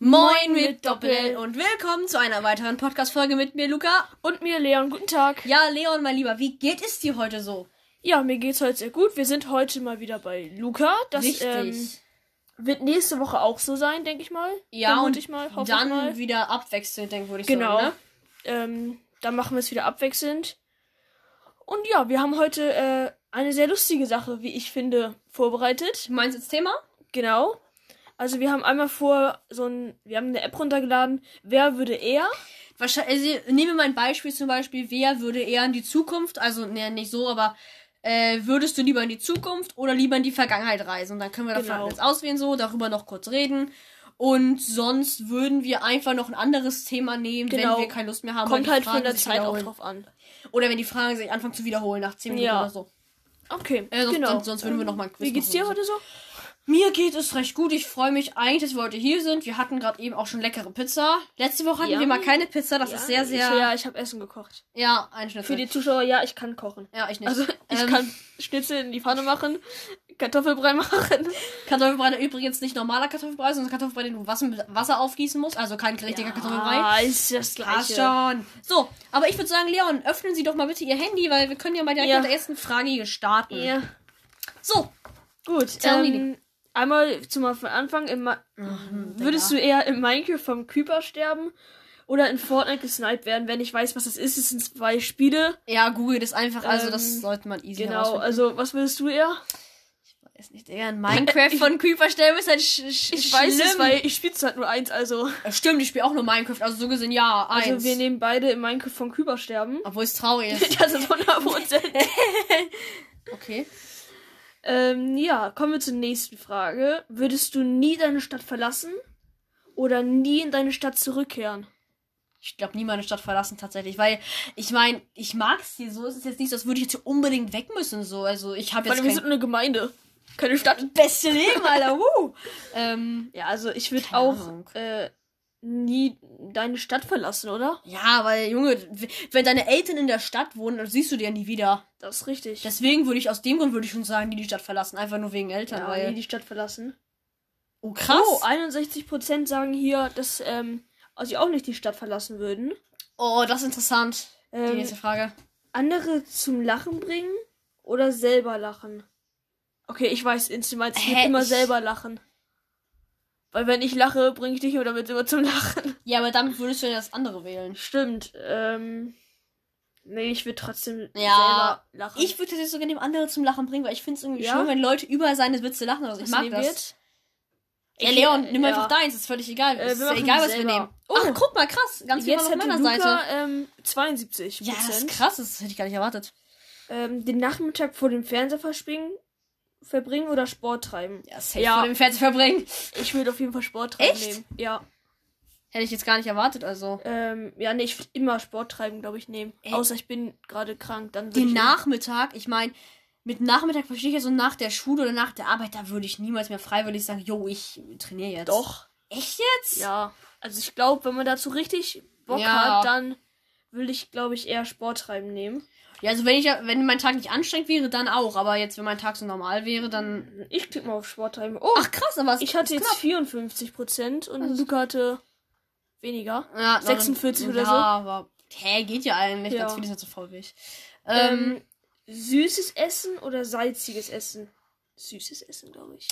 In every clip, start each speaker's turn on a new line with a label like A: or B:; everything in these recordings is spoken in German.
A: Moin mit Doppel und willkommen zu einer weiteren Podcast-Folge mit mir, Luca.
B: Und mir, Leon, guten Tag.
A: Ja, Leon, mein Lieber, wie geht es dir heute so?
B: Ja, mir geht's heute sehr gut. Wir sind heute mal wieder bei Luca. Das
A: Richtig.
B: ähm, wird nächste Woche auch so sein, denke ich mal.
A: ja,
B: Vermute
A: und
B: ich mal, hoffe
A: dann ne?
B: ich mal.
A: wieder abwechselnd, denke würde ich
B: Genau.
A: sagen. ne?
B: Ähm, dann machen wir es wieder abwechselnd. Und ja, wir haben heute äh, eine sehr lustige Sache, wie ich finde, vorbereitet.
A: Genau. Meinst du das Thema?
B: Genau. Also wir haben einmal vor so ein, wir haben eine App runtergeladen. Wer würde eher?
A: Wahrscheinlich, also, nehmen wir mal ein Beispiel zum Beispiel, wer würde eher in die Zukunft, also ne, nicht so, aber äh, würdest du lieber in die Zukunft oder lieber in die Vergangenheit reisen? Und dann können wir davon
B: Genau.
A: jetzt auswählen, so, darüber noch kurz reden. Und sonst würden wir einfach noch ein anderes Thema nehmen,
B: Genau.
A: wenn wir keine Lust mehr haben. weil
B: Kommt
A: die
B: halt von
A: Fragen
B: der
A: sich
B: Zeit auch
A: wiederholen.
B: drauf an.
A: Oder wenn die Fragen sich anfangen zu wiederholen nach 10 Minuten
B: Ja.
A: oder so.
B: Okay,
A: Äh, sonst-
B: genau.
A: sonst- sonst würden wir
B: Ähm,
A: noch mal ein Quiz
B: Wie geht's
A: machen
B: dir
A: oder
B: heute so?
A: Mir geht es recht gut. Ich freue mich eigentlich, dass wir heute hier sind. Wir hatten gerade eben auch schon leckere Pizza. Letzte Woche hatten
B: Ja.
A: wir mal keine Pizza. Das ist sehr, sehr.
B: Ich,
A: ja,
B: ja, ich habe Essen gekocht.
A: ein Schnitzel.
B: Für die Zuschauer, ja, ich kann kochen.
A: ja, ich nicht.
B: Also, ich
A: Ähm,
B: kann Schnitzel in die Pfanne machen, Kartoffelbrei machen.
A: Kartoffelbrei der übrigens nicht normaler Kartoffelbrei, sondern Kartoffelbrei, den du Wasser, mit Wasser aufgießen musst. Also kein richtiger Kartoffelbrei.
B: Ah, ist das
A: Passt
B: gleiche.
A: schon. So, aber ich würde sagen, Leon, öffnen Sie doch mal bitte Ihr Handy, weil wir können ja mal direkt
B: Ja.
A: mit der ersten Frage hier starten.
B: Ja,
A: So,
B: gut.
A: Tell me. Mhm,
B: Ähm, einmal zum Anfang. Anfang im Ma- würdest du eher in Minecraft vom Creeper sterben oder in Fortnite gesniped werden, wenn ich weiß, was das ist? Es sind zwei Spiele.
A: ja, google das einfach. Also, das
B: Ähm,
A: sollte man easy
B: Genau,
A: herausfinden.
B: also was würdest du eher?
A: Ist nicht eher ein Minecraft von Creeper sterben ist halt sch sch
B: Ich
A: schlimm.
B: weiß es, weil ich spiel's halt nur eins, also.
A: Äh, Stimmt, ich spiele auch nur Minecraft, also so gesehen ja, eins.
B: Also wir nehmen beide in Minecraft vom Creeper sterben.
A: Obwohl es traurig ist.
B: Das ist 100%.
A: Okay.
B: Ähm, ja, kommen wir zur nächsten Frage. Würdest du nie deine Stadt verlassen oder nie in deine Stadt zurückkehren?
A: Ich glaube, nie meine Stadt verlassen tatsächlich, weil ich meine, ich mag es hier so. Es ist jetzt nicht so, als würde ich jetzt hier unbedingt weg müssen. So. Also ich habe
B: Weil
A: jetzt
B: wir sind
A: kein
B: eine Gemeinde, keine Stadt.
A: beste Leben, Alter. Woo. ähm,
B: Ja, also ich würde
A: Keine Ahnung.
B: auch äh, nie deine Stadt verlassen, oder?
A: ja, weil, Junge, w- wenn deine Eltern in der Stadt wohnen, dann siehst du die ja nie wieder.
B: Das ist richtig.
A: Deswegen würde ich, aus dem Grund würde ich schon sagen, die die Stadt verlassen. Einfach nur wegen Eltern,
B: ja,
A: weil.
B: nie die Stadt verlassen.
A: oh, krass.
B: Oh, 61% sagen hier, dass ähm, sie auch nicht die Stadt verlassen würden.
A: oh, das ist interessant. die
B: Ähm,
A: nächste Frage.
B: andere zum Lachen bringen oder selber lachen? Okay, ich weiß, Insti meinst du
A: Hä,
B: mit immer
A: ich-
B: selber lachen. Weil wenn ich lache, bringe ich dich oder damit immer zum Lachen.
A: Ja, aber damit würdest du ja das andere wählen.
B: Stimmt. Ähm, nee, ich will trotzdem
A: Ja,
B: selber lachen.
A: Ich würde das jetzt sogar dem anderen zum Lachen bringen, weil ich finde es irgendwie
B: Ja?
A: schön, wenn Leute über seine Witze lachen. Also ich
B: Was
A: mag
B: nehmen wir
A: das.
B: jetzt?
A: Ja,
B: Ich-
A: Leon, nimm
B: ja.
A: einfach deins, ist völlig egal.
B: Äh,
A: ist
B: wir
A: ja
B: machen
A: egal, was wir
B: selber.
A: nehmen.
B: Oh.
A: Ach, guck mal, krass. Ganz viel war
B: Jetzt
A: auf
B: hätte
A: meiner
B: Luca
A: Seite.
B: ähm, 72
A: Ja, das ist krass, das hätte ich gar nicht erwartet.
B: ähm, den Nachmittag vor dem Fernseher verspringen, verbringen oder Sport treiben.
A: Ja, safe
B: Ja.
A: vor dem Fernseher verbringen.
B: Ich würde auf jeden Fall Sport treiben
A: Echt?
B: nehmen. Ja.
A: Hätte ich jetzt gar nicht erwartet, also.
B: Ähm, ja, nee, ich würd immer Sport treiben, glaube ich, nehmen.
A: Ey.
B: Außer ich bin gerade krank, dann würd
A: Den
B: ich
A: Nachmittag, ich meine, mit Nachmittag verstehe ich ja so nach der Schule oder nach der Arbeit, da würde ich niemals mehr freiwillig sagen, yo, ich trainiere jetzt.
B: Doch.
A: Echt jetzt?
B: Ja. Also ich glaube, wenn man dazu richtig Bock
A: Ja.
B: hat, dann würde ich, glaube ich, eher Sport treiben nehmen.
A: Ja, also wenn ich ja- wenn mein Tag nicht anstrengend wäre, dann auch. Aber jetzt, wenn mein Tag so normal wäre, dann.
B: Ich klicke mal auf Sport treiben. Oh,
A: Ach krass, aber es
B: ich hatte
A: ist
B: jetzt 54 Prozent und Luca hatte weniger.
A: Ja,
B: 46 oder
A: ja,
B: so.
A: aber. Hä, geht ja eigentlich.
B: Ja.
A: Ganz viele sind so faul wie ich. Ähm,
B: Ähm, süßes Essen oder salziges Essen? Süßes Essen, glaube ich.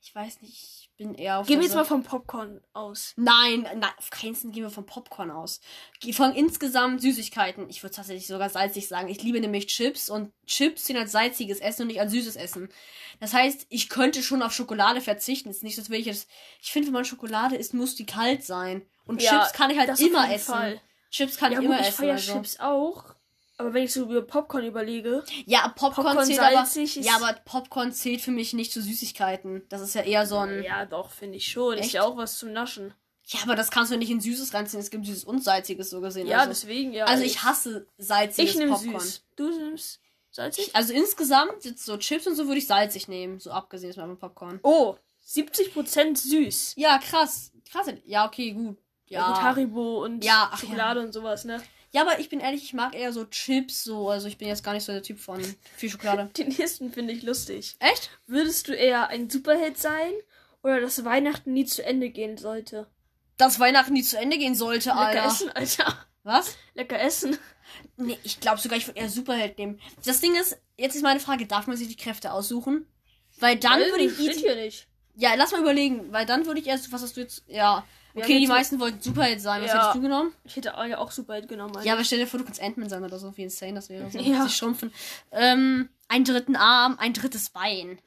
A: ich weiß nicht, ich bin eher auf.
B: Gehen wir
A: der
B: jetzt mal
A: Seite-
B: vom Popcorn aus.
A: Nein, nein, auf keinen Fall gehen wir vom Popcorn aus. Ge- Von insgesamt Süßigkeiten. Ich würde tatsächlich sogar salzig sagen. Ich liebe nämlich Chips und Chips sind als salziges Essen und nicht als süßes Essen. Das heißt, ich könnte schon auf Schokolade verzichten. Ist nicht, dass will ich jetzt. Ich finde, wenn man Schokolade isst, muss die kalt sein. Und
B: Ja,
A: Chips kann ich halt
B: das auf
A: immer
B: jeden
A: essen.
B: Fall.
A: Chips kann
B: ja,
A: ich
B: gut,
A: immer
B: ich
A: essen.
B: feiere
A: Also.
B: Chips auch. Aber wenn ich so über Popcorn überlege,
A: Ja, Popcorn,
B: Popcorn
A: zählt
B: salzig
A: aber.
B: ist-
A: Ja, aber Popcorn zählt für mich nicht zu Süßigkeiten. Das ist ja eher so ein.
B: Ja, doch, finde ich schon.
A: Echt?
B: Ist ja auch was zum Naschen.
A: Ja, aber das kannst du nicht in Süßes reinziehen. Es gibt Süßes und Salziges so gesehen.
B: Ja,
A: also.
B: deswegen, ja.
A: also ich hasse salziges
B: Ich nehme
A: Popcorn.
B: süß. Du nimmst salzig?
A: Ich- Also insgesamt, jetzt so Chips und so würde ich salzig nehmen. So abgesehen jetzt mal von Popcorn.
B: Oh, 70% süß.
A: Ja, krass. Krass. Ja, okay, gut.
B: Mit
A: Ja.
B: Haribo und
A: Ja, ach
B: Schokolade und sowas, ne?
A: Ja, aber ich bin ehrlich, ich mag eher so Chips, so. Also ich bin jetzt gar nicht so der Typ von viel Schokolade.
B: Den nächsten finde ich lustig.
A: Echt?
B: Würdest du eher ein Superheld sein oder dass Weihnachten nie zu Ende gehen sollte?
A: Dass Weihnachten nie zu Ende gehen sollte,
B: Lecker
A: Alter.
B: essen, Alter.
A: Was?
B: Lecker essen.
A: Nee, ich glaube sogar, ich würde eher Superheld nehmen. Das Ding ist, jetzt ist meine Frage, darf man sich die Kräfte aussuchen? Weil dann
B: Alter,
A: würde ich.
B: Also, steht
A: easy-
B: hier nicht.
A: Ja, lass mal überlegen, weil dann würde ich erst. Was hast du jetzt. Ja.
B: Wir
A: Okay,
B: haben
A: die
B: jetzt-
A: meisten wollten Superheld sein. Was
B: Ja.
A: hättest du genommen?
B: Ich hätte auch- ja auch Superheld genommen. Alter.
A: Ja, aber stell dir vor, du kannst Ant-Man sein oder so, wie insane das wäre. So,
B: Ja.
A: ja. schrumpfen. Ähm, einen dritten Arm, ein drittes Bein.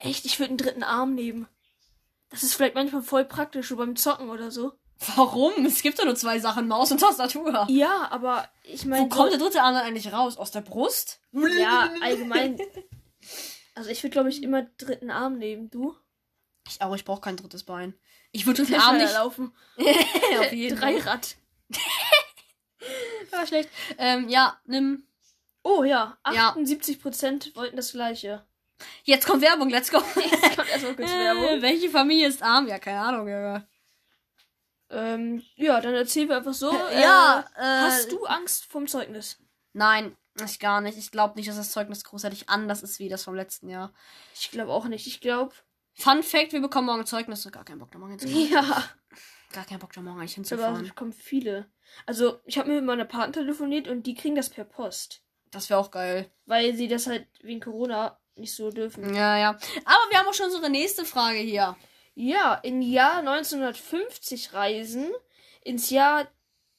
B: Echt, ich würde einen dritten Arm nehmen. Das ist vielleicht manchmal voll praktisch, so beim Zocken oder so.
A: Warum? Es gibt doch nur zwei Sachen, Maus und Tastatur.
B: Ja, aber ich meine.
A: Wo kommt der dritte Arm dann eigentlich raus? Aus der Brust?
B: Ja, allgemein. Also ich würde, glaube ich, immer dritten Arm nehmen, du.
A: Ich, aber ich brauche kein drittes Bein. Ich würde den Arm
B: Schneller
A: nicht
B: laufen.
A: auf jeden Fall.
B: Dreirad.
A: Ja, schlecht. Ähm, ja, nimm.
B: Ah, Oh ja,
A: Ja.
B: 78% wollten das gleiche.
A: Jetzt kommt Werbung, let's go.
B: Jetzt kommt erstmal kurz Werbung.
A: Äh, welche Familie ist arm? Ja, keine Ahnung, Junge.
B: Ähm, ja, dann erzählen wir einfach so. Äh,
A: Ja, äh,
B: Hast du Angst vom Zeugnis?
A: Nein, ich gar nicht. Ich glaube nicht, dass das Zeugnis großartig anders ist wie das vom letzten Jahr.
B: Ich glaube auch nicht. Ich glaube.
A: Fun Fact, wir bekommen morgen Zeugnisse. Gar keinen Bock, da morgen hinzufahren.
B: Ja.
A: Gar keinen Bock, da morgen eigentlich
B: Aber
A: hinzufahren.
B: es kommen viele. Also, ich habe mit meiner Partner telefoniert und die kriegen das per Post.
A: Das wäre auch geil.
B: Weil sie das halt wegen Corona nicht so dürfen.
A: Ja, ja. Aber wir haben auch schon unsere nächste Frage hier.
B: Ja, im Jahr 1950 reisen, ins Jahr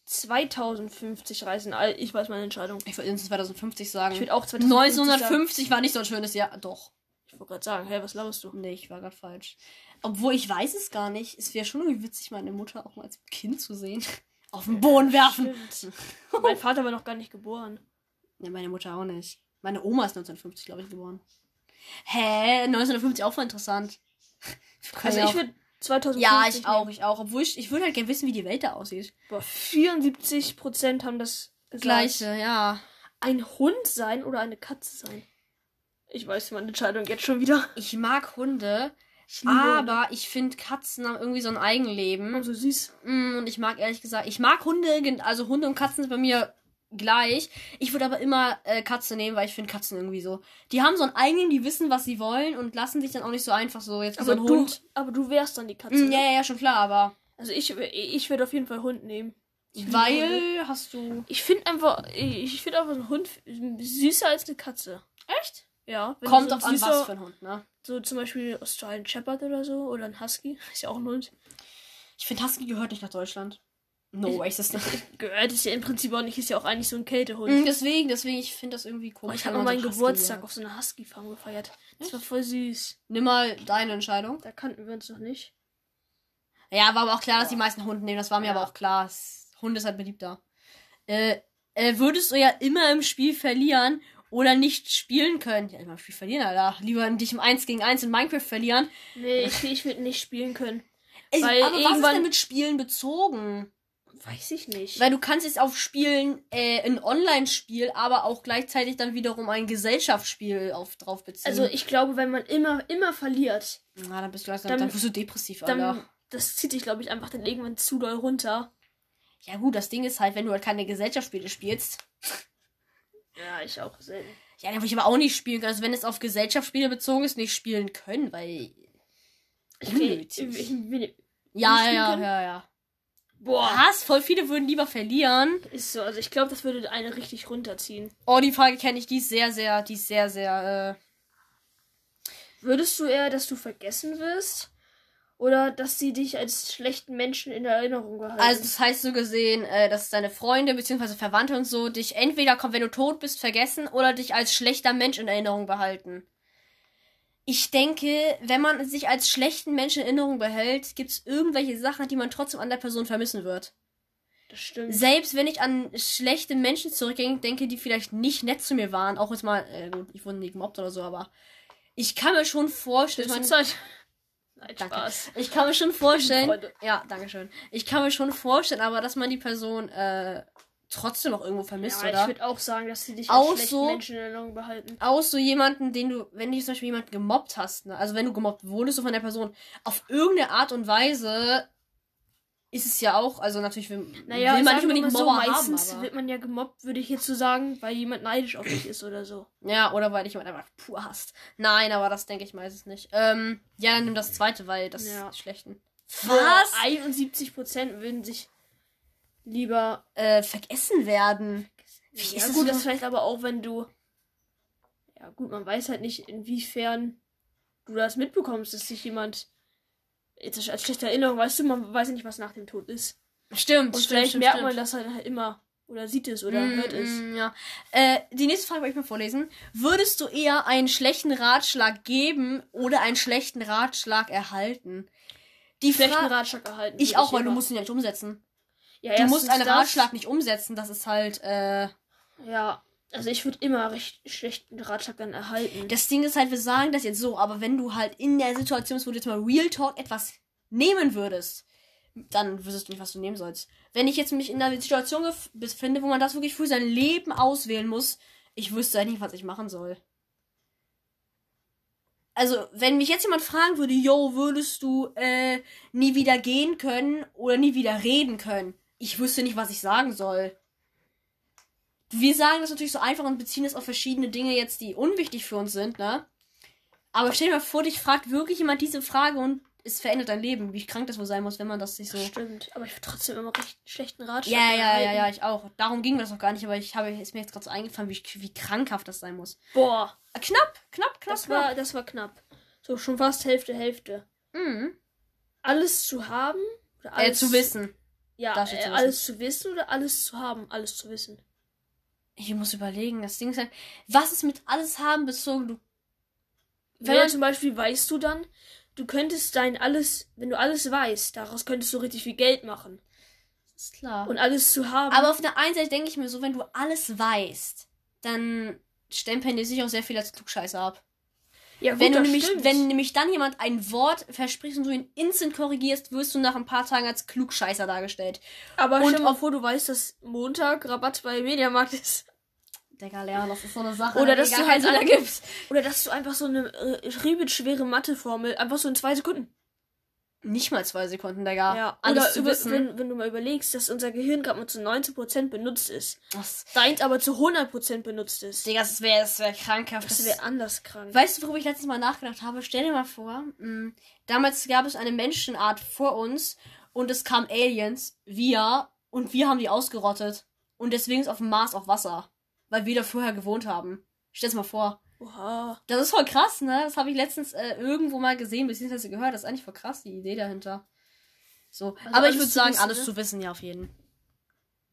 B: 2050 reisen. Al- Ich weiß meine Entscheidung.
A: Ich würde ins 2050 sagen.
B: Ich würde auch 2050 sagen.
A: 1950 war nicht so ein schönes Jahr. Doch.
B: Ich wollte gerade sagen, hey, was laberst du?
A: Nee, ich war gerade falsch. Obwohl, ich weiß es gar nicht. Es wäre schon irgendwie witzig, meine Mutter auch mal als Kind zu sehen. Auf den Boden werfen.
B: Stimmt. mein Vater war noch gar nicht geboren.
A: Nee, meine Mutter auch nicht. Meine Oma ist 1950, glaube ich, geboren. Hä? 1950 auch voll interessant. Wir können
B: Also
A: ja
B: ich
A: auch-
B: würde 2050
A: Ja, ich auch,
B: nehmen.
A: ich auch. Obwohl ich, ich würde halt gerne wissen, wie die Welt da aussieht.
B: Boah, 74% haben das gesagt.
A: Gleiche, ja.
B: Ein Hund sein oder eine Katze sein? Ich weiß meine Entscheidung jetzt schon wieder.
A: Ich mag Hunde,
B: Ich
A: aber ich finde Katzen haben irgendwie so ein Eigenleben.
B: Hunde. so süß.
A: Mm, Und ich mag ehrlich gesagt, ich mag Hunde, gen- also Hunde und Katzen sind bei mir gleich. Ich würde aber immer äh, Katze nehmen, weil ich finde Katzen irgendwie so. Die haben so ein Eigenleben, die wissen, was sie wollen und lassen sich dann auch nicht so einfach so jetzt wie so
B: Aber
A: ein
B: du,
A: Hund.
B: aber du wärst dann die Katze.
A: Mm,
B: ne?
A: Ja, ja, ja, schon klar, aber
B: Also ich, ich würde auf jeden Fall Hund nehmen. liebe
A: weil hast du
B: Ich finde einfach, ich finde einfach so einen Hund süßer als eine Katze.
A: echt?
B: Ja. wenn
A: Kommt
B: so
A: auf an, was für ein Hund, ne?
B: So zum Beispiel Australian Shepherd oder so oder ein Husky. Ist ja auch ein Hund.
A: Ich finde Husky gehört nicht nach Deutschland. No
B: Ich-
A: way, ist das nicht.
B: Gehört ist ja im Prinzip auch nicht, ist ja auch eigentlich so ein Kältehund.
A: Mm, Deswegen, deswegen, ich finde das irgendwie
B: Boah,
A: komisch.
B: ich habe
A: wenn
B: mal
A: man
B: meinen
A: so Husky
B: Geburtstag
A: sagt.
B: auf so einer Husky-Farm gefeiert. Das war voll süß.
A: Nimm mal deine Entscheidung.
B: Da kannten wir uns noch nicht.
A: Ja, war aber auch klar, dass die
B: Ja.
A: meisten Hunde nehmen. Das war mir
B: Ja.
A: aber auch klar. Es- Hunde ist halt beliebter. Äh, äh, würdest du ja immer im Spiel verlieren oder nicht spielen können? Ja, immer im Spiel verlieren, Alter. Lieber dich im 1 gegen 1 in Minecraft verlieren.
B: Nee, ich, ich würde nicht spielen können.
A: Ey,
B: Weil
A: aber was ist
B: irgendwann-
A: denn mit Spielen bezogen?
B: Weiß ich nicht.
A: Weil du kannst jetzt auf Spielen äh, ein Online-Spiel, aber auch gleichzeitig dann wiederum ein Gesellschaftsspiel auf, drauf beziehen.
B: Also ich glaube, wenn man immer, immer verliert,
A: Na, dann bist du langsam,
B: Dann-
A: dann, wirst du depressiv,
B: dann
A: Alter.
B: das zieht dich, glaube ich, einfach dann irgendwann zu doll runter.
A: ja gut, das Ding ist halt, wenn du halt keine Gesellschaftsspiele spielst,
B: Ja, ich auch selten.
A: Ja, den würde ich aber auch nicht spielen können. Also wenn es auf Gesellschaftsspiele bezogen ist, nicht spielen können, weil.
B: Okay,
A: Unnötig.
B: ich, will- Nicht
A: Ja,
B: spielen
A: ja,
B: können?
A: ja, ja.
B: boah,
A: Was? Voll viele würden lieber verlieren.
B: ist so. Also ich glaube, das würde eine richtig runterziehen.
A: Oh, die Frage kenne ich, die ist sehr, sehr, die ist sehr, sehr, äh.
B: Würdest du eher, dass du vergessen wirst? Oder dass sie dich als schlechten Menschen in Erinnerung behalten?
A: Also das heißt so gesehen, äh, dass deine Freunde bzw. Verwandte und so dich entweder kommen, wenn du tot bist, vergessen oder dich als schlechter Mensch in Erinnerung behalten. Ich denke, wenn man sich als schlechten Menschen in Erinnerung behält, gibt es irgendwelche Sachen, die man trotzdem an der Person vermissen wird.
B: das stimmt.
A: Selbst wenn ich an schlechte Menschen zurückdenke, die vielleicht nicht nett zu mir waren, auch jetzt mal, äh, gut, ich wurde nie gemobbt oder so, aber ich kann mir schon vorstellen,
B: Schlimmste
A: ich,
B: Zeit. Nein,
A: Danke.
B: Spaß.
A: mein, ich kann mir schon vorstellen,
B: Freunde.
A: ja, danke schön, ich kann mir schon vorstellen, aber dass man die Person äh, trotzdem auch irgendwo vermisst,
B: ja, ich
A: oder?
B: würde auch sagen, dass sie dich
A: Auch
B: als schlechten
A: so-
B: Menschen in Erinnerung behalten.
A: Aus so jemanden, den du, wenn du zum Beispiel jemanden gemobbt hast, ne? also wenn du gemobbt wurdest so von der Person, auf irgendeine Art und Weise ist es ja auch, also natürlich will,
B: Naja,
A: will man nicht
B: sagen wir
A: unbedingt
B: mal so,
A: Mauer
B: meistens
A: haben,
B: wird man ja gemobbt, würde ich jetzt so sagen, weil jemand neidisch auf dich ist oder so.
A: aber, ja, oder weil dich jemand einfach pur hasst. Nein, aber das denke ich meistens nicht. Ähm, ja, dann nimm das zweite, weil das
B: Ja.
A: ist die schlechten.
B: Was? 71% würden sich lieber.
A: Äh, vergessen werden. Wie
B: ja,
A: ist das
B: gut,
A: nur-
B: das vielleicht aber auch, wenn du. Ja, gut, man weiß halt nicht, inwiefern du das mitbekommst, dass sich jemand. Jetzt als schlechte Erinnerung, weißt du, man weiß ja nicht, was nach dem Tod ist.
A: Stimmt,
B: Und vielleicht merkt man das halt, halt immer. Oder sieht es oder
A: Mm,
B: hört es.
A: mm, ja. Äh, die nächste Frage wollte ich mal vorlesen. Würdest du eher einen schlechten Ratschlag geben oder einen schlechten Ratschlag erhalten? Die
B: Schlechten
A: Frage.
B: Ratschlag erhalten.
A: Ich
B: würde
A: auch, weil du
B: immer.
A: musst ihn ja nicht umsetzen.
B: Ja,
A: Du musst
B: erstens
A: einen
B: das.
A: Ratschlag nicht umsetzen, das ist halt, äh,
B: Ja, also ich würde immer recht schlechten Ratschlag dann erhalten.
A: das Ding ist halt, wir sagen das jetzt so, aber wenn du halt in der Situation bist, wo du jetzt mal Real Talk etwas nehmen würdest, dann wüsstest du nicht, was du nehmen sollst. Wenn ich jetzt mich in einer Situation gef- befinde, wo man das wirklich für sein Leben auswählen muss, ich wüsste halt nicht, was ich machen soll. Also, wenn mich jetzt jemand fragen würde, yo, würdest du äh, nie wieder gehen können oder nie wieder reden können? Ich wüsste nicht, was ich sagen soll. Wir sagen das natürlich so einfach und beziehen das auf verschiedene Dinge jetzt, die unwichtig für uns sind, ne? Aber stell dir mal vor, dich fragt wirklich jemand diese Frage und es verändert dein Leben. Wie krank das wohl sein muss, wenn man das sich so.
B: Das Stimmt, aber ich würde trotzdem immer recht schlechten Ratschlag
A: Ja, ja, ja, ja,
B: erhalten.
A: ich auch. Darum ging mir das auch gar nicht, aber ich habe, ist mir jetzt gerade so eingefallen, wie, wie krankhaft das sein muss.
B: Boah,
A: Äh, Knapp, knapp, knapp,
B: das
A: knapp.
B: war, das war knapp. So, schon fast Hälfte, Hälfte.
A: Mhm.
B: Alles zu haben? Oder
A: Äh,
B: alles
A: zu wissen.
B: Ja,
A: Da steht
B: äh,
A: zu wissen.
B: alles zu wissen oder alles zu haben? Alles zu wissen.
A: Ich muss überlegen, das Ding ist halt, was ist mit alles haben bezogen? Du, Wenn
B: Wenn man
A: man-
B: zum Beispiel weißt du dann, du könntest dein alles, wenn du alles weißt, daraus könntest du richtig viel Geld machen.
A: ist klar.
B: Und alles zu haben.
A: Aber auf der einen Seite denke ich mir so, wenn du alles weißt, dann stempeln dir sicher auch sehr viel als Klugscheißer ab.
B: ja, gut,
A: wenn, du
B: das
A: nämlich,
B: stimmt.
A: wenn nämlich dann jemand ein Wort versprichst und du ihn instant korrigierst, wirst du nach ein paar Tagen als Klugscheißer dargestellt.
B: aber
A: und
B: stell dir mal vor, du weißt, dass Montag Rabatt bei Mediamarkt ist.
A: Digga, Lehrer, das ist so eine Sache. ne?
B: Oder
A: die
B: dass
A: gar
B: du
A: keinen
B: halt
A: Sinn
B: alle
A: ergibt.
B: gibst. Oder dass du einfach so eine äh, schriebelschwere Matheformel einfach so in zwei Sekunden.
A: Nicht mal zwei Sekunden, Digga. alles
B: Oder
A: zu
B: über,
A: wissen.
B: wenn, wenn du mal überlegst, dass unser Gehirn gerade mal zu 19% benutzt ist.
A: Das,
B: Deins aber zu 100% benutzt ist.
A: Digga, das wäre das wär krankhaft.
B: Das wäre anders krank.
A: Weißt du, worüber ich letztens mal nachgedacht habe? Stell dir mal vor, mh, damals gab es eine Menschenart vor uns und es kamen Aliens, wir, und wir haben die ausgerottet. Und deswegen ist auf dem Mars auch Wasser. Weil wir da vorher gewohnt haben. Stell's mal vor.
B: Oha.
A: Das ist voll krass, ne? Das habe ich letztens äh, irgendwo mal gesehen, beziehungsweise gehört. Das ist eigentlich voll krass, die Idee dahinter. So.
B: Also
A: aber
B: alles
A: ich würde
B: zu
A: sagen,
B: wissen,
A: alles
B: ne?
A: zu wissen, ja, auf jeden Fall.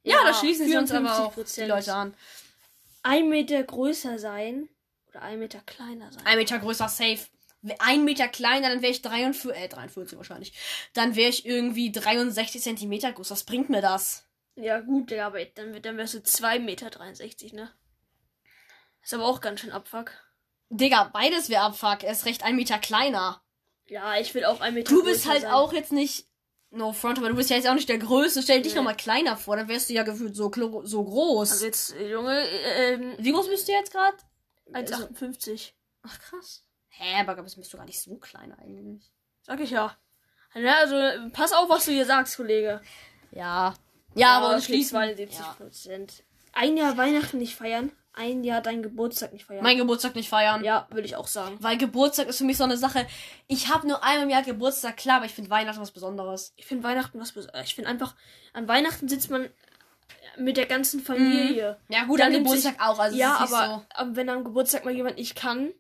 A: Ja, da schließen sich uns aber auch die
B: 54%.
A: Leute an.
B: Ein Meter größer sein oder ein Meter kleiner sein.
A: Ein Meter größer, safe. W- Ein Meter kleiner, dann wäre ich 43, äh, 43 wahrscheinlich. Dann wäre ich irgendwie 63 Zentimeter groß. Was bringt mir das?
B: ja gut, Digga, aber dann, wird- dann wärst du 2,63 Meter, ne? Ist aber auch ganz schön abfuck.
A: Digga, beides wäre Abfuck. Er ist recht ein Meter kleiner.
B: Ja, ich will auch ein Meter
A: Du bist
B: größer
A: halt
B: sein.
A: auch jetzt nicht. No front, aber du bist ja jetzt auch nicht der Größte. Stell dich
B: Nee.
A: noch mal kleiner vor, dann wärst du ja gefühlt so, klo- so groß.
B: Also jetzt, Junge, ähm, also-
A: Wie groß bist du jetzt gerade?
B: 1,58.
A: Ach krass. Hä, aber bist, bist du gar nicht so klein eigentlich.
B: Sag ich ja. Ja, also pass auf, was du hier sagst, Kollege.
A: Ja. Ja, aber uns schließen.
B: 72
A: Ja.
B: Prozent. Ein Jahr Weihnachten nicht feiern, ein Jahr deinen Geburtstag nicht feiern.
A: Mein Geburtstag nicht feiern.
B: ja, würde ich auch sagen.
A: Weil Geburtstag ist für mich so eine Sache. Ich habe nur einmal im Jahr Geburtstag, klar, aber ich finde Weihnachten was Besonderes.
B: Ich finde Weihnachten was Besonderes. Ich finde einfach, an Weihnachten sitzt man mit der ganzen Familie.
A: Ja, gut,
B: Dann
A: an
B: nimmt
A: Geburtstag auch. Also
B: ja,
A: es Mhm. ist nicht
B: aber, aber wenn am Geburtstag mal jemand nicht kann,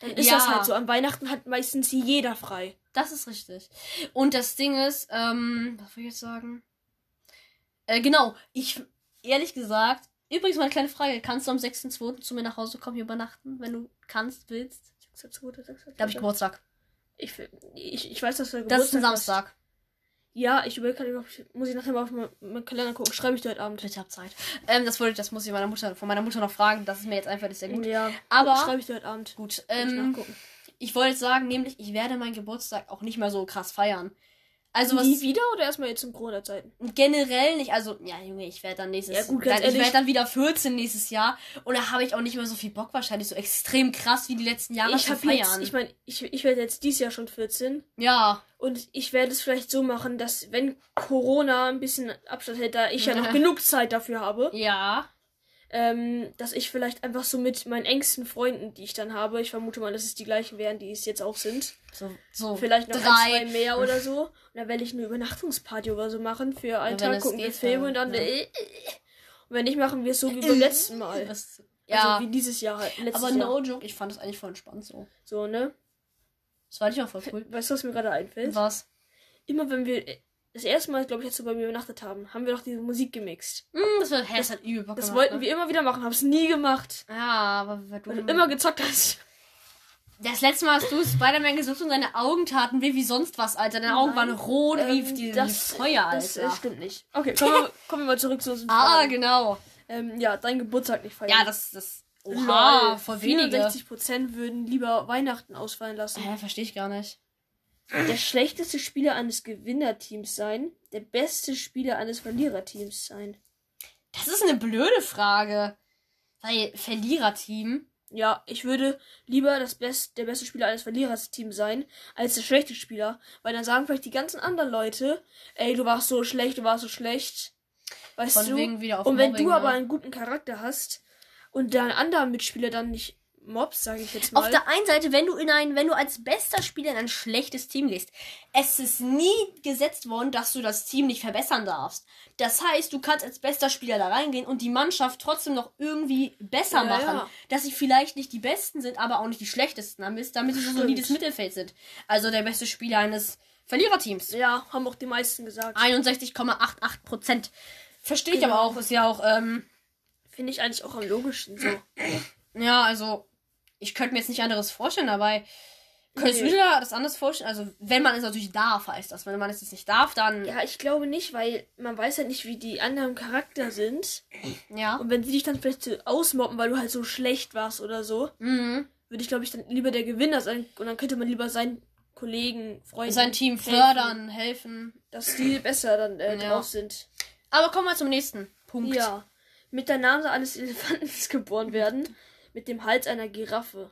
B: dann ist
A: Ja.
B: das halt so. An Weihnachten hat meistens jeder frei.
A: So. Das ist richtig. Und das Ding ist, ähm, was will ich jetzt sagen? Äh, genau, ich, ehrlich gesagt, übrigens mal eine kleine Frage. Kannst du am 6.2. zu mir nach Hause kommen, hier übernachten, wenn du kannst, willst? Da habe ich Geburtstag.
B: ich, ich, ich weiß, dass wir
A: Das ist ein
B: Geburtstag hast.
A: Samstag.
B: Ja, ich überlege gerade, ob ich- muss ich nachher mal auf meinen meinen Kalender gucken. Schreibe ich dir heute Abend.
A: Bitte hab Zeit. Ähm, das wollte ich, das muss ich meiner Mutter, von meiner Mutter noch fragen. Das ist mir jetzt einfach nicht sehr gut.
B: Ja,
A: Aber-
B: schreibe ich dir heute Abend.
A: Gut,
B: Muss ich
A: ähm,
B: nachgucken.
A: Ich wollte jetzt sagen, nämlich, ich werde meinen Geburtstag auch nicht mehr so krass feiern. Also was
B: Nie wieder oder erstmal jetzt in Corona-Zeiten?
A: generell nicht, also ja Junge, ich werde dann nächstes
B: Ja, gut,
A: dann,
B: ganz
A: ich werde
B: ehrlich.
A: dann wieder 14 nächstes Jahr und da habe ich auch nicht mehr so viel Bock wahrscheinlich so extrem krass wie die letzten Jahre
B: ich
A: zu
B: habe jetzt,
A: feiern.
B: ich meine, ich, ich werde jetzt dieses Jahr schon 14
A: ja,
B: und ich werde es vielleicht so machen, dass wenn Corona ein bisschen Abstand hält, da ich ja noch
A: Ja.
B: genug Zeit dafür habe,
A: ja.
B: ähm, dass ich vielleicht einfach so mit meinen engsten Freunden, die ich dann habe, ich vermute mal, dass es die gleichen wären, die es jetzt auch sind,
A: So so
B: vielleicht noch ein,
A: Drei.
B: zwei mehr oder so, und dann werde ich eine Übernachtungsparty oder so machen für einen
A: Ja, wenn
B: Tag
A: es
B: gucken wir
A: geht,
B: Filme
A: ja.
B: und dann
A: Ja.
B: äh, äh, äh. und wenn nicht machen wir es so wie beim letzten Mal.
A: Was, ja,
B: Also wie dieses Jahr halt. Letztes
A: aber
B: Jahr.
A: no joke, ich fand das eigentlich voll entspannt so.
B: So, ne?
A: Das war nicht auch voll cool.
B: Weißt du, was mir gerade einfällt?
A: Was?
B: Immer wenn wir äh, das erste Mal, glaube ich, als du bei mir übernachtet haben, haben wir doch diese Musik gemixt.
A: Mm, das war hä, das hat übel Bock
B: Das
A: gemacht,
B: wollten
A: ne?
B: wir immer wieder machen, haben es nie gemacht.
A: Ja, aber weil du
B: Weil du immer gezockt hast.
A: Das letzte Mal hast du Spider-Man gesucht und deine Augen taten weh wie sonst was, Alter. Deine Augen waren
B: Nein,
A: rot wie,
B: Ähm,
A: wie, wie Feuer, Alter.
B: Das äh, stimmt nicht. Okay, kommen wir, kommen wir mal zurück zu unseren
A: ah,
B: Fragen.
A: genau.
B: ähm, Ja, dein Geburtstag nicht feiern.
A: Ja, das, das. Oha,
B: Lol,
A: voll wenige.
B: 64% würden lieber Weihnachten ausfallen lassen.
A: Hä, verstehe ich gar nicht.
B: Der schlechteste Spieler eines Gewinnerteams sein. Der beste Spieler eines Verliererteams sein.
A: Das ist eine blöde Frage. Weil Verliererteam.
B: Ja, ich würde lieber das Best, der beste Spieler eines Verliererteams sein, als der schlechte Spieler. Weil dann sagen vielleicht die ganzen anderen Leute, ey, du warst so schlecht, du warst so schlecht. Weißt
A: Von
B: du?
A: wegen wieder auf
B: und wenn
A: Mobbing,
B: du aber
A: ne?
B: einen guten Charakter hast und deinen anderen Mitspieler dann nicht mobst, sage ich jetzt
A: Auf
B: mal.
A: der einen Seite, wenn du in ein, wenn du als bester Spieler in ein schlechtes Team gehst, es ist nie gesetzt worden, dass du das Team nicht verbessern darfst. Das heißt, du kannst als bester Spieler da reingehen und die Mannschaft trotzdem noch irgendwie besser
B: Ja,
A: machen.
B: ja.
A: Dass sie vielleicht nicht die besten sind, aber auch nicht die schlechtesten am Mist, damit sie so ein
B: Stimmt.
A: solides Mittelfeld sind. Also der beste Spieler eines Verliererteams.
B: ja, haben auch die meisten gesagt.
A: 61,88 Prozent. Verstehe ich
B: Genau.
A: aber auch, ist ja auch, ähm,
B: Finde ich eigentlich auch am logischsten so.
A: ja, also, ich könnte mir jetzt nicht anderes vorstellen dabei. Könntest
B: Nee.
A: du dir da das anders vorstellen? Also, wenn man es natürlich darf, heißt das. Wenn man es jetzt nicht darf, dann. Ja.
B: Ja, ich glaube nicht, weil man weiß halt nicht, wie die anderen Charakter sind. Und wenn sie dich dann vielleicht so ausmobben, weil du halt so schlecht warst oder so,
A: Mhm.
B: würde ich, glaube ich, dann lieber der Gewinner sein. Und dann könnte man lieber seinen Kollegen, Freunden.
A: Sein Team
B: helfen,
A: fördern, helfen.
B: Dass die besser dann äh,
A: Ja.
B: drauf sind.
A: Aber kommen wir zum nächsten Punkt.
B: Ja. Mit der Nase eines Elefantens geboren werden. Mit dem Hals einer Giraffe.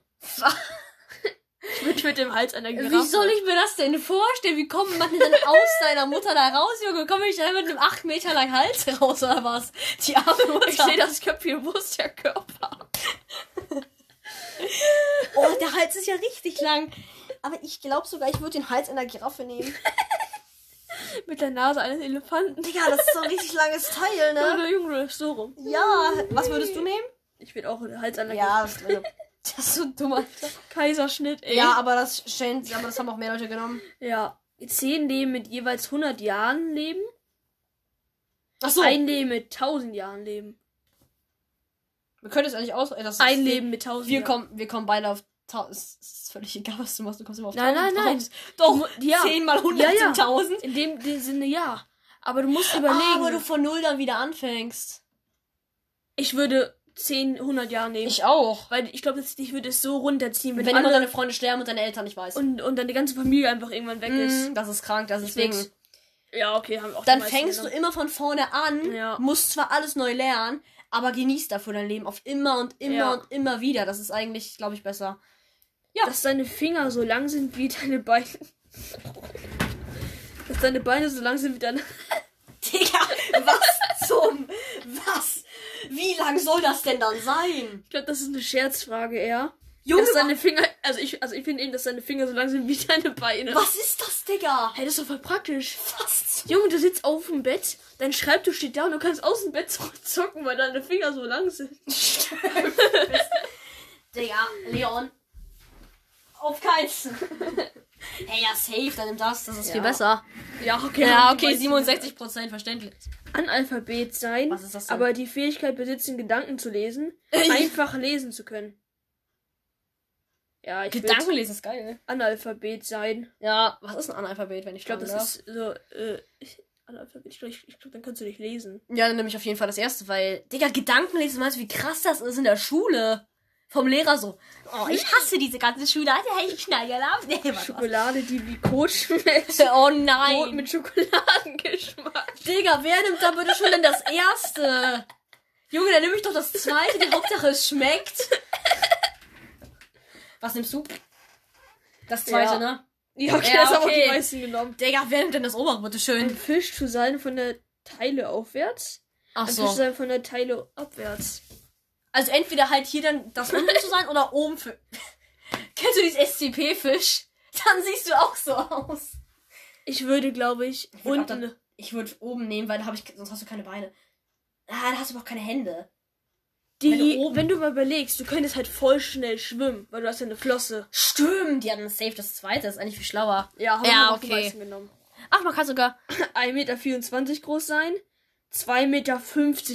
B: ich würde mit dem Hals einer Giraffe.
A: Wie soll ich mir das denn vorstellen? Wie kommt man denn aus deiner Mutter da raus, Junge? Komme ich da mit einem 8 Meter langen Hals raus oder was? Die arme Mutter.
B: Ich sehe das Köpfchen, wo ist der Körper?
A: Oh, der Hals ist ja richtig lang. Aber ich glaube sogar, ich würde den Hals einer Giraffe nehmen.
B: Mit der Nase eines Elefanten.
A: Digga, das ist so ein richtig langes Teil,
B: Oder Junge, so rum.
A: Ja. Was würdest du nehmen?
B: Ich will auch den Hals an der
A: das das ist so dumm, Alter.
B: Kaiserschnitt, ey.
A: Ja, aber das scheint, aber das haben auch mehr Leute genommen.
B: ja. Zehn Leben mit jeweils 100 Jahren leben.
A: Ach so,
B: Ein Leben mit 1000 Jahren leben.
A: wir können es eigentlich aus. ey, Das ist-
B: Ein Leben mit 1000
A: Wir
B: Jahren.
A: kommen, wir kommen beide auf. Ta es ist völlig egal, was du machst. Du kommst immer auf.
B: Nein, nein,
A: 1000
B: nein.
A: raus. Doch.
B: Du mu- ja.
A: 10 mal 100
B: Ja, ja.
A: sind 1000.
B: In dem, dem Sinne ja. Aber du musst überlegen.
A: Ah, aber du von null dann wieder anfängst.
B: ich würde 10, 100 Jahre nehmen.
A: Ich auch.
B: weil ich glaube, ich würde es so runterziehen, wenn,
A: Wenn immer
B: alle
A: deine Freunde sterben und deine Eltern nicht weißt.
B: und, und dann die ganze Familie einfach irgendwann weg ist.
A: Mm, das ist krank, das ist deswegen.
B: Deswegen- Ja, okay, haben auch die
A: dann
B: meisten
A: fängst du
B: genommen.
A: immer von vorne an,
B: Ja.
A: musst zwar alles neu lernen, aber genießt dafür dein Leben auf immer und immer
B: Ja.
A: und immer wieder. Das ist eigentlich, glaube ich, besser.
B: Dass deine Finger so lang sind wie deine Beine. Dass deine Beine so lang sind wie deine.
A: Digga, was zum? Was? Wie lang soll das denn dann sein?
B: Ich glaube, das ist eine Scherzfrage eher.
A: Junge,
B: dass deine Finger. Also ich, also ich finde eben, dass deine Finger so lang sind wie deine Beine.
A: was ist das, Digga?
B: Hey, das ist doch voll praktisch.
A: Was? zum-
B: Junge, du sitzt auf dem Bett, dein Schreibtisch steht da und du kannst aus dem Bett zurückzocken, weil deine Finger so lang sind.
A: Digga, Leon. Auf keins. Ey, ja, safe, dann nimm das, das ist
B: Ja.
A: viel besser.
B: Ja, okay.
A: Ja,
B: haben die
A: okay,
B: meisten
A: 67% verständlich.
B: gesagt. Analphabet sein,
A: Was ist das denn?
B: aber die Fähigkeit besitzen, Gedanken zu lesen, einfach lesen zu können. Ja, ich
A: Gedanken
B: würde
A: lesen ist geil. ne?
B: Analphabet sein.
A: Ja, was ist ein Analphabet, wenn ich
B: Ich glaube,
A: fragen
B: das
A: darf?
B: ist so, äh, ich- Analphabet, ich glaube, ich, ich glaub, dann kannst du nicht lesen.
A: Ja, dann nehme ich auf jeden Fall das erste, weil, Digga, Gedankenlesen, weißt du, wie krass das ist in der Schule? Vom Lehrer so. Oh, ich hasse diese ganze Schule. Alter, ich knall ja ab. Nee, warte, warte.
B: Schokolade, die wie Kot schmeckt.
A: Oh
B: Brot
A: nein.
B: mit Schokoladengeschmack.
A: Digga, wer nimmt da bitte schon denn das erste? Junge, dann nehme ich doch das zweite. Die Hauptsache, es schmeckt. Was nimmst du? Das zweite,
B: Ja.
A: ne?
B: Ja, okay,
A: Ja,
B: das haben auch
A: okay.
B: die meisten genommen.
A: Digga, wer nimmt denn das obere, bitte
B: Ein
A: schön?
B: Fisch zu sein von der Teile aufwärts.
A: Ach
B: Ein Fisch zu
A: so.
B: sein von der Teile abwärts.
A: äh, Also entweder halt hier dann das unten zu sein oder oben für. Kennst du dieses SCP-Fisch? Dann siehst du auch so aus.
B: Ich würde, glaube ich,
A: Ich würd auch
B: unten.
A: dann- Ich würde oben nehmen, weil da hab ich, sonst hast du keine Beine. Ah, da hast du aber auch keine Hände.
B: Die,
A: wenn du
B: wenn,
A: oben-
B: du mal überlegst, du könntest halt voll schnell schwimmen, weil du hast ja eine Flosse.
A: Stimmt, die hatten safe das zweite, das ist eigentlich viel schlauer.
B: Ja, haben
A: Ja,
B: wir auch die
A: okay.
B: meisten genommen.
A: Ach, man kann sogar.
B: 1,24 Meter groß sein, 2,50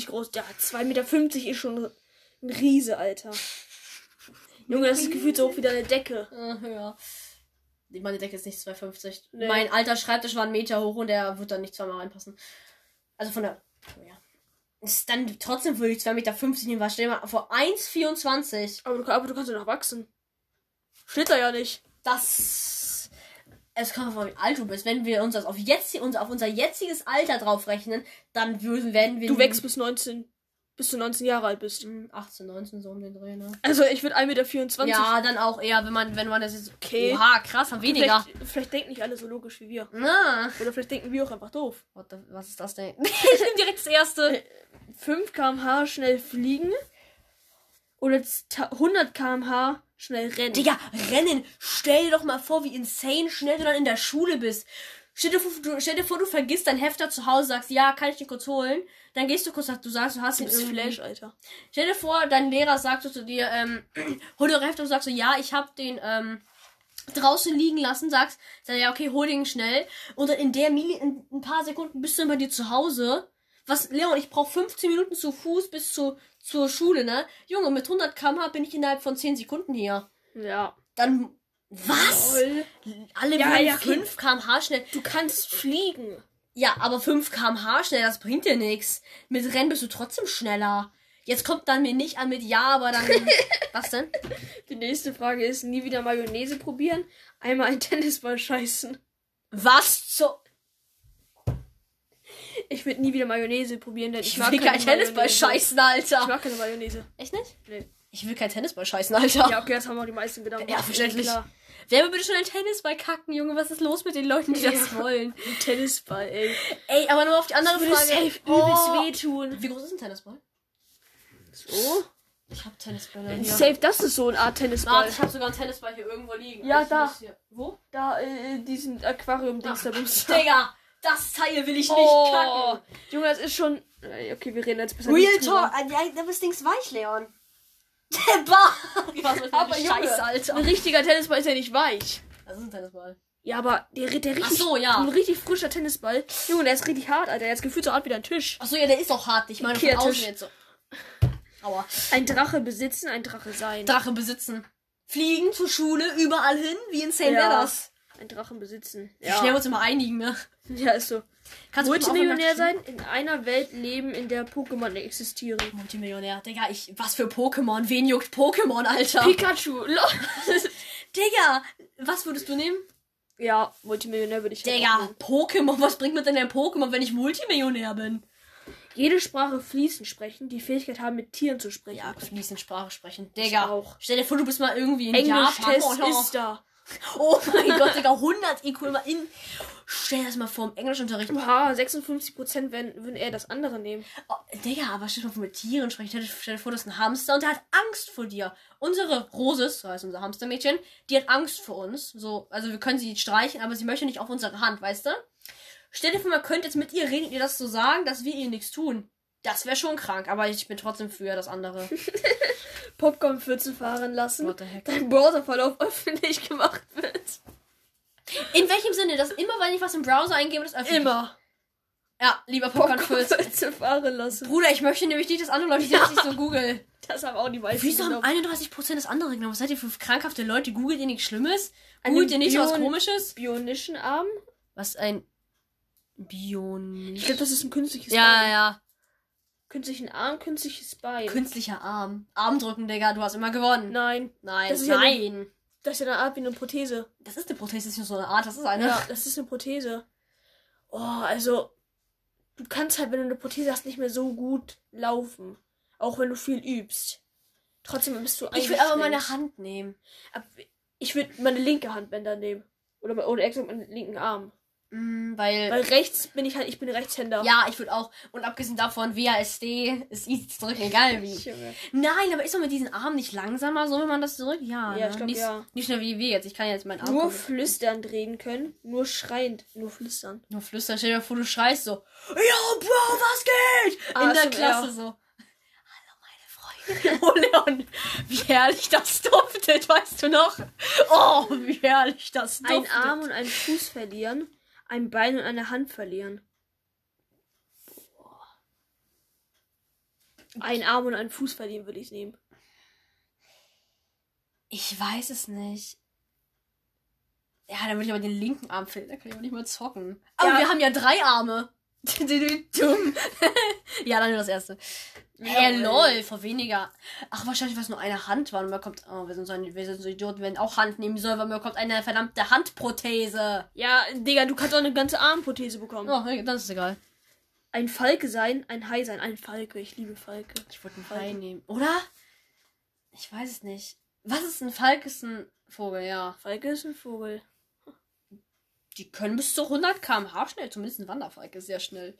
B: Meter groß. Ja, 2,50 Meter ist schon ein Riese, Alter. Junge, das ist gefühlt so hoch wie deine Decke.
A: Äh, ja. Meine Decke ist nicht 2,50.
B: Nee.
A: Mein alter Schreibtisch war einen Meter hoch und der wird dann nicht zweimal reinpassen. Also von der. Ja. Ist Dann trotzdem würde ich 2,50 Meter nehmen, weil stell dir mal vor 1,24.
B: Aber du, aber du kannst ja noch wachsen. Steht da ja nicht.
A: Das. Es kommt davon, wie alt du bist. Wenn wir uns das auf, jetzt, unser, auf unser jetziges Alter draufrechnen, dann würden, werden wir.
B: Du wächst bis 19, bis du 19 Jahre alt bist.
A: Mm, 18, 19, so um den Dreh, ne?
B: Also ich würde 1,24 Meter.
A: Ja, dann auch eher, wenn man, wenn man das jetzt.
B: Okay.
A: Oha, krass, haben weniger.
B: Vielleicht, vielleicht denken nicht alle so logisch wie wir.
A: Na.
B: Oder vielleicht denken wir auch einfach doof.
A: What the, was ist das denn? ich nehme direkt das erste.
B: 5 km/h schnell fliegen oder z- ta- 100 km/h schnell rennen.
A: Digga, rennen. Stell dir doch mal vor, wie insane schnell du dann in der Schule bist. Stell dir, vor, du, stell dir vor, du vergisst dein Hefter zu Hause, sagst, ja, kann ich den kurz holen? Dann gehst du kurz, nach- du sagst, du hast ihn
B: das ist
A: irgendwie.
B: Flash, Alter.
A: Stell dir vor, dein Lehrer sagt so zu dir, ähm, hol dir Hefter und sagst so, ja, ich hab den, ähm, draußen liegen lassen, sagst, sag, ja, okay, hol den schnell. Und dann in der Mili in ein paar Sekunden bist du dann bei dir zu Hause. Was, Leon, ich brauche 15 Minuten zu Fuß bis zu, zur Schule, ne? Junge, mit 100 km/h bin ich innerhalb von 10 Sekunden hier.
B: Ja.
A: Dann, was?
B: Lol.
A: Alle
B: Ja,
A: wollen
B: ja,
A: 5 km/h schnell.
B: Du kannst fliegen.
A: Ja, aber 5 km/h schnell, das bringt dir nichts. Mit Rennen bist du trotzdem schneller. Jetzt kommt dann mir nicht an mit Ja, aber dann. was denn?
B: Die nächste Frage ist, nie wieder Mayonnaise probieren, einmal einen Tennisball scheißen.
A: Was zur.
B: Ich würde nie wieder Mayonnaise probieren, denn ich,
A: Ich
B: mag
A: will kein
B: keine
A: Tennisball
B: Mayonnaise.
A: scheißen,
B: Ich
A: Alter.
B: mag keine Mayonnaise.
A: Echt nicht?
B: Nee.
A: Ich will kein Tennisball scheißen, Alter.
B: Ja, okay, das haben auch die meisten gedacht.
A: Ja, verständlich.
B: Klar.
A: Wer will bitte schon einen Tennisball kacken, Junge? Was ist los mit den Leuten, die das
B: Ja.
A: wollen?
B: Ein Tennisball, ey.
A: Ey, aber nochmal auf die andere
B: Das würde
A: Frage.
B: safe
A: oh.
B: übelst wehtun.
A: Wie groß ist ein Tennisball?
B: So?
A: Ich hab Tennisbälle hier.
B: Safe, das ist so eine Art Tennisball.
A: Warte, ich hab sogar einen Tennisball hier irgendwo liegen.
B: Ja,
A: ich
B: da.
A: muss hier- Wo?
B: da äh, in diesem Aquarium Dings da bumst.
A: Digga, das Teil will ich nicht
B: Oh,
A: kacken.
B: Junge, das ist schon. Äh, Okay, wir reden jetzt besser
A: Real
B: nicht drüber.
A: Talk. Ah, Ja, da bist Dings weich, Leon. Bah. Was für
B: Aber
A: eine
B: Junge,
A: Scheiße,
B: Ein
A: Alter.
B: richtiger Tennisball ist ja nicht weich.
A: Das ist ein Tennisball.
B: Ja, aber der, der richtig,
A: Ach so, ja.
B: ein richtig frischer Tennisball. Junge, der ist richtig hart, Alter. Der ist gefühlt so hart wie dein Tisch.
A: Achso, ja, der ist auch hart. Ich meine, von
B: Ikea-Tisch.
A: außen jetzt so. Aua.
B: Ein Drache besitzen, ein Drache sein.
A: Drache besitzen. Fliegen zur Schule, überall hin, wie insane
B: Ja.
A: wäre das?
B: ein Drachen besitzen.
A: Ja. Schnell uns immer einigen, ne?
B: ja ist so.
A: Kannst bitte mal aufhören,
B: Multimillionär
A: nachzuschauen?
B: sein, in einer Welt leben, in der Pokémon existieren.
A: Multimillionär. Digga, ich. Was für Pokémon? Wen juckt Pokémon, Alter?
B: Pikachu, lol.
A: Digga, was würdest du nehmen?
B: ja, Multimillionär würde ich halt auch
A: Digga,
B: nehmen.
A: Pokémon, was bringt mir denn ein Pokémon, wenn ich Multimillionär bin?
B: Jede Sprache fließend sprechen, die Fähigkeit haben, mit Tieren zu sprechen.
A: Ja, fließend Sprache sprechen. Digga.
B: auch.
A: Stell dir vor, du bist mal irgendwie in Japan.
B: Englisch-Test
A: oder-
B: ist da.
A: oh mein Gott, Digga, 100 IQ immer in. Stell dir das mal vor, im Englischunterricht.
B: Oha, 56% werden, würden eher das andere nehmen.
A: Oh, Digga, aber stell dir mal vor, mit Tieren sprechen. Stell dir- Stell dir vor, das ist ein Hamster und der hat Angst vor dir. Unsere Roses, so heißt unser Hamstermädchen, die hat Angst vor uns. So, also wir können sie streichen, aber sie möchte nicht auf unsere Hand, weißt du? Stell dir vor, man könnte jetzt mit ihr reden und ihr das so sagen, dass wir ihr nichts tun. Das wäre schon krank, aber ich bin trotzdem für das andere.
B: Popcorn 14 fahren lassen.
A: What the heck?
B: Dein Browserverlauf öffentlich gemacht wird.
A: In welchem Sinne? Dass immer, wenn ich was im Browser eingebe, das öffentlich.
B: Immer.
A: Ja, lieber Popcorn
B: Popcorn
A: Fritz.
B: 14 fahren lassen.
A: Bruder, ich möchte nämlich nicht, dass andere Leute sehen, dass ich so google.
B: Das haben auch die meisten
A: Wieso haben
B: genommen.
A: 31% das andere genommen? Was seid ihr für krankhafte Leute? Googelt ihr nichts Schlimmes?
B: An
A: Googelt ihr
B: dem
A: nicht so was
B: Bion-
A: Komisches?
B: Bionischen Arm?
A: Was ein Bion.
B: Ich glaube, das ist ein künstliches
A: Ja,
B: Arm.
A: ja.
B: Künstlichen Arm, künstliches Bein.
A: Künstlicher Arm. Arm drücken, Digga, du hast immer gewonnen.
B: Nein.
A: Nein,
B: Das ist ja
A: nein.
B: Das ist ja eine Art wie eine Prothese.
A: das ist eine Prothese, das ist nicht nur so eine Art, das ist eine.
B: Ja, das ist eine Prothese. Oh, also. Du kannst halt, wenn du eine Prothese hast, nicht mehr so gut laufen. Auch wenn du viel übst. Trotzdem bist du
A: Ich will aber
B: eingeschränkt.
A: meine Hand nehmen.
B: Ab- Ich würde meine linke Handbänder nehmen. Oder, mein- oder exakt meinen linken Arm.
A: Mm, weil,
B: Weil rechts bin ich halt, ich bin Rechtshänder.
A: Ja, ich würde auch. Und abgesehen davon, WASD ist easy zu drücken, egal wie.
B: Junge.
A: Nein, aber ist doch mit diesen Armen nicht langsamer, so wenn man das drückt? Ja,
B: Ja,
A: ne?
B: ich glaub,
A: nicht,
B: ja.
A: nicht schnell wie wir jetzt. Ich kann jetzt meinen Arm.
B: Nur
A: kommen.
B: flüsternd reden können. Nur schreiend. Nur flüstern.
A: Nur flüstern, stell dir vor, du schreist so. Yo, Bro, was geht? In der
B: ASMR.
A: Klasse so. Hallo, meine Freunde. Oh, Leon, wie herrlich das duftet, weißt du noch? Oh, wie herrlich das duftet.
B: Ein Arm und einen Fuß verlieren. Ein Bein und eine Hand verlieren. Boah. Ein Arm und einen Fuß verlieren würde ich nehmen.
A: Ich weiß es nicht. Ja, dann würde ich aber den linken Arm fehlen. Da kann ich aber nicht mal zocken. Aber
B: Ja.
A: wir haben ja drei Arme. Dumm. ja, dann nur das erste. Ja, hey, lol, vor weniger. Ach, wahrscheinlich, weil es nur eine Hand war. Und man kommt. Oh, wir sind so, ein, wir sind so Idioten, wenn auch Hand nehmen soll, weil man bekommt eine verdammte Handprothese.
B: Ja, Digga, du kannst auch eine ganze Armprothese bekommen.
A: Oh, hey, das ist egal.
B: Ein Falke sein, ein Hai sein. Ein Falke, ich liebe Falke.
A: Ich würde einen
B: Falke.
A: Hai nehmen. Oder? Ich weiß es nicht. Was ist ein Falk? Ist ein Vogel, ja.
B: Falke ist ein Vogel.
A: Die können bis zu 100 km/h schnell. Zumindest ein Wanderfalk ist sehr schnell.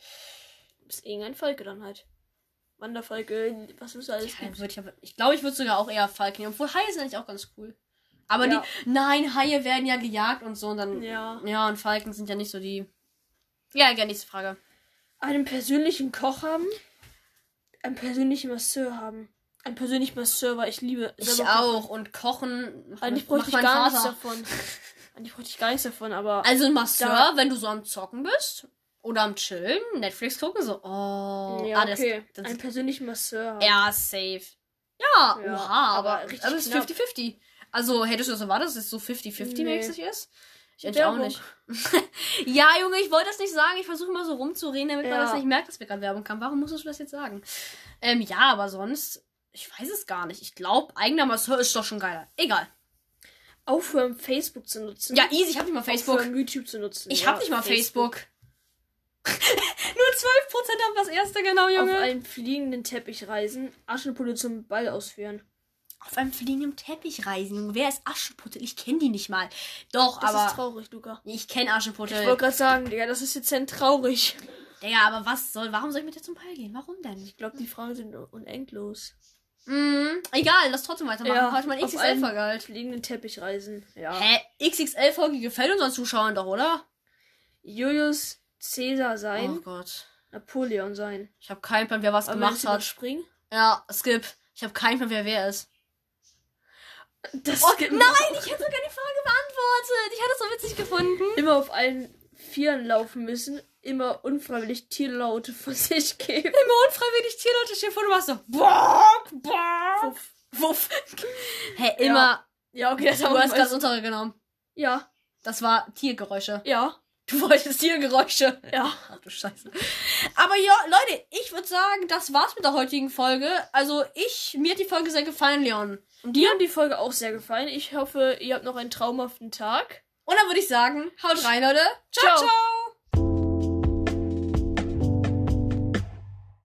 B: Ist irgendein Falke dann halt. Wanderfalke, was ist alles
A: Ja,
B: gibt.
A: würd ich aber- ich glaube, ich würde sogar auch eher Falken nehmen. Obwohl Haie sind eigentlich auch ganz cool. Aber
B: Ja.
A: die. Nein, Haie werden ja gejagt und so und dann.
B: Ja.
A: Ja, und Falken sind ja nicht so die. Ja, egal, nächste Frage.
B: Einen persönlichen Koch haben. Einen persönlichen Masseur haben. Einen persönlichen Masseur, weil ich liebe.
A: Ich
B: selber kochen.
A: Also auch. Und kochen.
B: Eigentlich
A: macht
B: bräuchte ich
A: mein
B: gar nichts
A: Vater.
B: davon. Eigentlich bräuchte ich gar nichts davon, aber.
A: Also ein Masseur,
B: Da-
A: wenn du so am Zocken bist oder am Chillen, Netflix gucken, so. Oh.
B: ja,
A: ah, das,
B: okay.
A: das
B: einen persönlichen Masseur haben.
A: Ja, safe. Ja, oha,
B: Ja,
A: aber,
B: aber
A: aber,
B: richtig
A: es ist
B: knapp.
A: 50-50. Also hättest du das erwartet, dass es so 50-50-mäßig ist? Ich hätte auch
B: Werbung.
A: nicht. ja, Junge, ich wollte das nicht sagen. Ich versuche mal so rumzureden, damit man
B: Ja.
A: das nicht merkt, dass wir gerade Werbung haben. Warum musstest du das jetzt sagen? Ähm, ja, aber sonst, ich weiß es gar nicht. Ich glaube, eigener Masseur ist doch schon geiler. Egal.
B: Aufhören, Facebook zu nutzen.
A: Ja, easy, ich hab nicht mal Facebook.
B: Aufhören, YouTube zu nutzen.
A: Ich
B: ja,
A: hab nicht mal Facebook. Nur 12% haben das erste, genau, Junge.
B: Auf einem fliegenden Teppich reisen. Aschenpulle zum Ball ausführen.
A: auf einem fliegenden Teppich reisen, Junge. Wer ist Aschenputtel? Ich kenne die nicht mal. Doch,
B: Das ist
A: aber
B: traurig, Luca.
A: ich kenne
B: Ich wollte
A: Aschenputtel.
B: gerade sagen, Digga, das ist jetzt ein traurig.
A: Digga, aber was soll, warum soll ich mit dir zum Ball gehen? Warum denn?
B: Ich glaube, die Fragen sind unendlos.
A: Mm, egal, lass trotzdem weitermachen. Ja, Heute mal
B: auf
A: XXL
B: einen
A: vergeilt.
B: fliegenden Teppich reisen. Ja.
A: Hä? XXL-Folge gefällt unseren Zuschauern doch, oder?
B: Julius Caesar sein,
A: Oh Gott.
B: Napoleon sein.
A: Ich habe keinen Plan, wer was
B: Aber
A: gemacht hat.
B: Springen?
A: Ja, skip. Ich habe keinen Plan, wer wer ist.
B: Das
A: Oh,
B: gibt-
A: nein, ich hätte sogar die Frage beantwortet. Ich hatte es so witzig gefunden.
B: Immer auf allen Vieren laufen müssen, immer unfreiwillig Tierlaute von sich geben.
A: Immer unfreiwillig Tierleute stehen vor, du machst so. Bock, bock.
B: Puff.
A: Wuff. Hä,
B: Ja.
A: immer.
B: Ja, okay, das haben
A: du hast
B: wir
A: das
B: ganz
A: untere genommen.
B: Ja,
A: Das war Tiergeräusche.
B: ja,
A: Du wolltest Tiergeräusche.
B: ja.
A: Ach du Scheiße. Aber ja, Leute, ich würde sagen, das war's mit der heutigen Folge. Also ich, mir hat die Folge sehr gefallen, Leon.
B: Und dir hat die Folge auch sehr gefallen. Ich hoffe, ihr habt noch einen traumhaften Tag.
A: Und dann würde ich sagen, haut rein, Leute. ciao.
B: Ciao.
A: ciao.